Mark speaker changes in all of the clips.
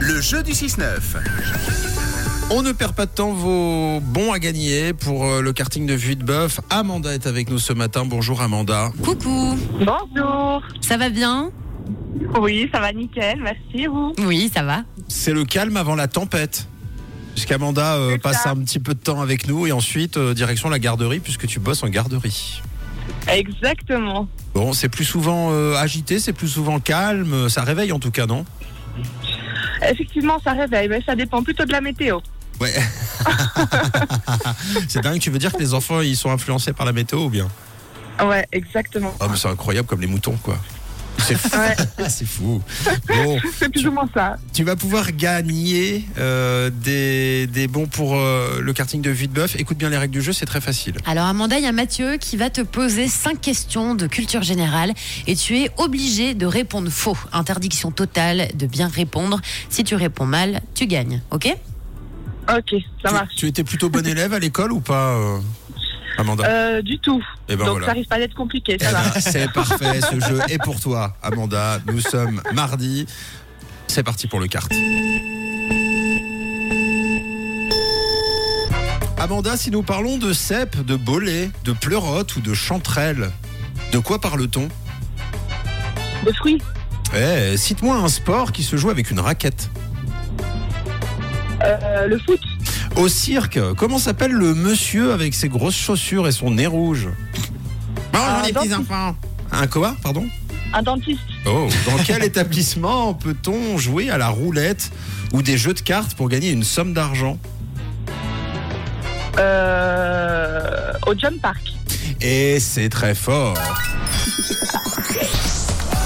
Speaker 1: Le jeu du 6-9.
Speaker 2: On ne perd pas de temps, vos bons à gagner pour euh, le karting de Vuit de Bœuf. Amanda est avec nous ce matin. Bonjour Amanda.
Speaker 3: Coucou,
Speaker 4: Bonjour.
Speaker 3: ça va bien
Speaker 4: Oui, ça va nickel, merci et vous.
Speaker 3: Oui, ça va.
Speaker 2: C'est le calme avant la tempête. Puisqu'Amanda euh,
Speaker 4: C'est
Speaker 2: passe
Speaker 4: ça.
Speaker 2: un petit peu de temps avec nous et ensuite euh, direction la garderie puisque tu bosses en garderie.
Speaker 4: Exactement.
Speaker 2: Bon, c'est plus souvent euh, agité, c'est plus souvent calme, euh, ça réveille en tout cas, non
Speaker 4: Effectivement, ça réveille, mais ça dépend plutôt de la météo.
Speaker 2: Ouais. c'est dingue, tu veux dire que les enfants ils sont influencés par la météo ou bien
Speaker 4: Ouais, exactement.
Speaker 2: Oh mais c'est incroyable comme les moutons quoi. C'est fou.
Speaker 4: Ouais,
Speaker 2: c'est fou. Bon,
Speaker 4: c'est plus ou moins ça.
Speaker 2: Tu vas pouvoir gagner euh, des, des bons pour euh, le karting de Vite Bœuf. Écoute bien les règles du jeu, c'est très facile.
Speaker 3: Alors Amanda, il y a Mathieu qui va te poser cinq questions de culture générale et tu es obligé de répondre faux. Interdiction totale de bien répondre. Si tu réponds mal, tu gagnes, ok
Speaker 4: Ok, ça
Speaker 2: tu,
Speaker 4: marche.
Speaker 2: tu étais plutôt bon élève à l'école ou pas, euh, Amanda
Speaker 4: Euh, du tout.
Speaker 2: Eh ben
Speaker 4: Donc
Speaker 2: voilà.
Speaker 4: ça risque pas d'être compliqué,
Speaker 2: Eh
Speaker 4: ça va.
Speaker 2: ben, c'est parfait, ce jeu est pour toi, Amanda. Nous sommes mardi. C'est parti pour le kart. Amanda, si nous parlons de cèpe, de bolet, de pleurote ou de chanterelle, de quoi parle-t-on ben.
Speaker 4: De fruits.
Speaker 2: Eh, cite-moi un sport qui se joue avec une raquette.
Speaker 4: Euh, le foot.
Speaker 2: Au cirque, comment s'appelle le monsieur avec ses grosses chaussures et son nez rouge
Speaker 4: Un dentiste.
Speaker 2: enfants. Un quoi, pardon
Speaker 4: Un dentiste.
Speaker 2: Oh, dans quel établissement peut-on jouer à la roulette ou des jeux de cartes pour gagner une somme d'argent
Speaker 4: Euh, au jump park.
Speaker 2: Et c'est très fort.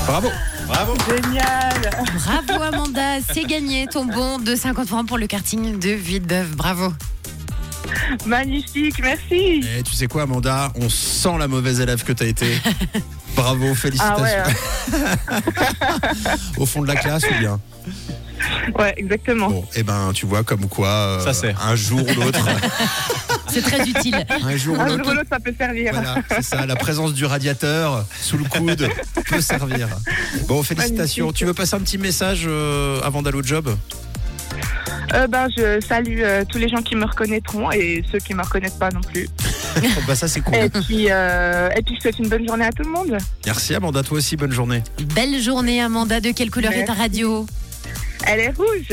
Speaker 2: Bravo. Bravo.
Speaker 4: Génial.
Speaker 3: Bravo Amanda, c'est gagné ton bon de 50 francs pour le karting de Vite Bœuf. Bravo.
Speaker 4: Magnifique, merci.
Speaker 2: Et tu sais quoi, Amanda On sent la mauvaise élève que t'as été. Bravo, félicitations.
Speaker 4: Ah ouais,
Speaker 2: Au fond de la classe ou bien
Speaker 4: hein. ouais, exactement.
Speaker 2: Bon, eh ben, tu vois, comme quoi, euh,
Speaker 5: Ça sert.
Speaker 2: un jour ou l'autre,
Speaker 3: C'est très utile.
Speaker 2: un jour ou
Speaker 4: Un jour ou
Speaker 2: l'autre,
Speaker 4: l'autre, Ah, ça peut servir.
Speaker 2: voilà, c'est ça, la présence du radiateur sous le coude peut servir. Bon, félicitations.
Speaker 4: Magnifique.
Speaker 2: Tu veux passer un petit message euh, avant d'aller au job
Speaker 4: Euh, ben, je salue euh, tous les gens qui me reconnaîtront et ceux qui me reconnaissent pas non plus.
Speaker 2: Bah ça, c'est
Speaker 4: Et
Speaker 2: cool.
Speaker 4: puis, euh, et puis, je souhaite une bonne journée à tout le monde.
Speaker 2: Merci Amanda, toi aussi, bonne journée.
Speaker 3: Belle journée Amanda, de quelle couleur est ta radio
Speaker 4: Elle est rouge.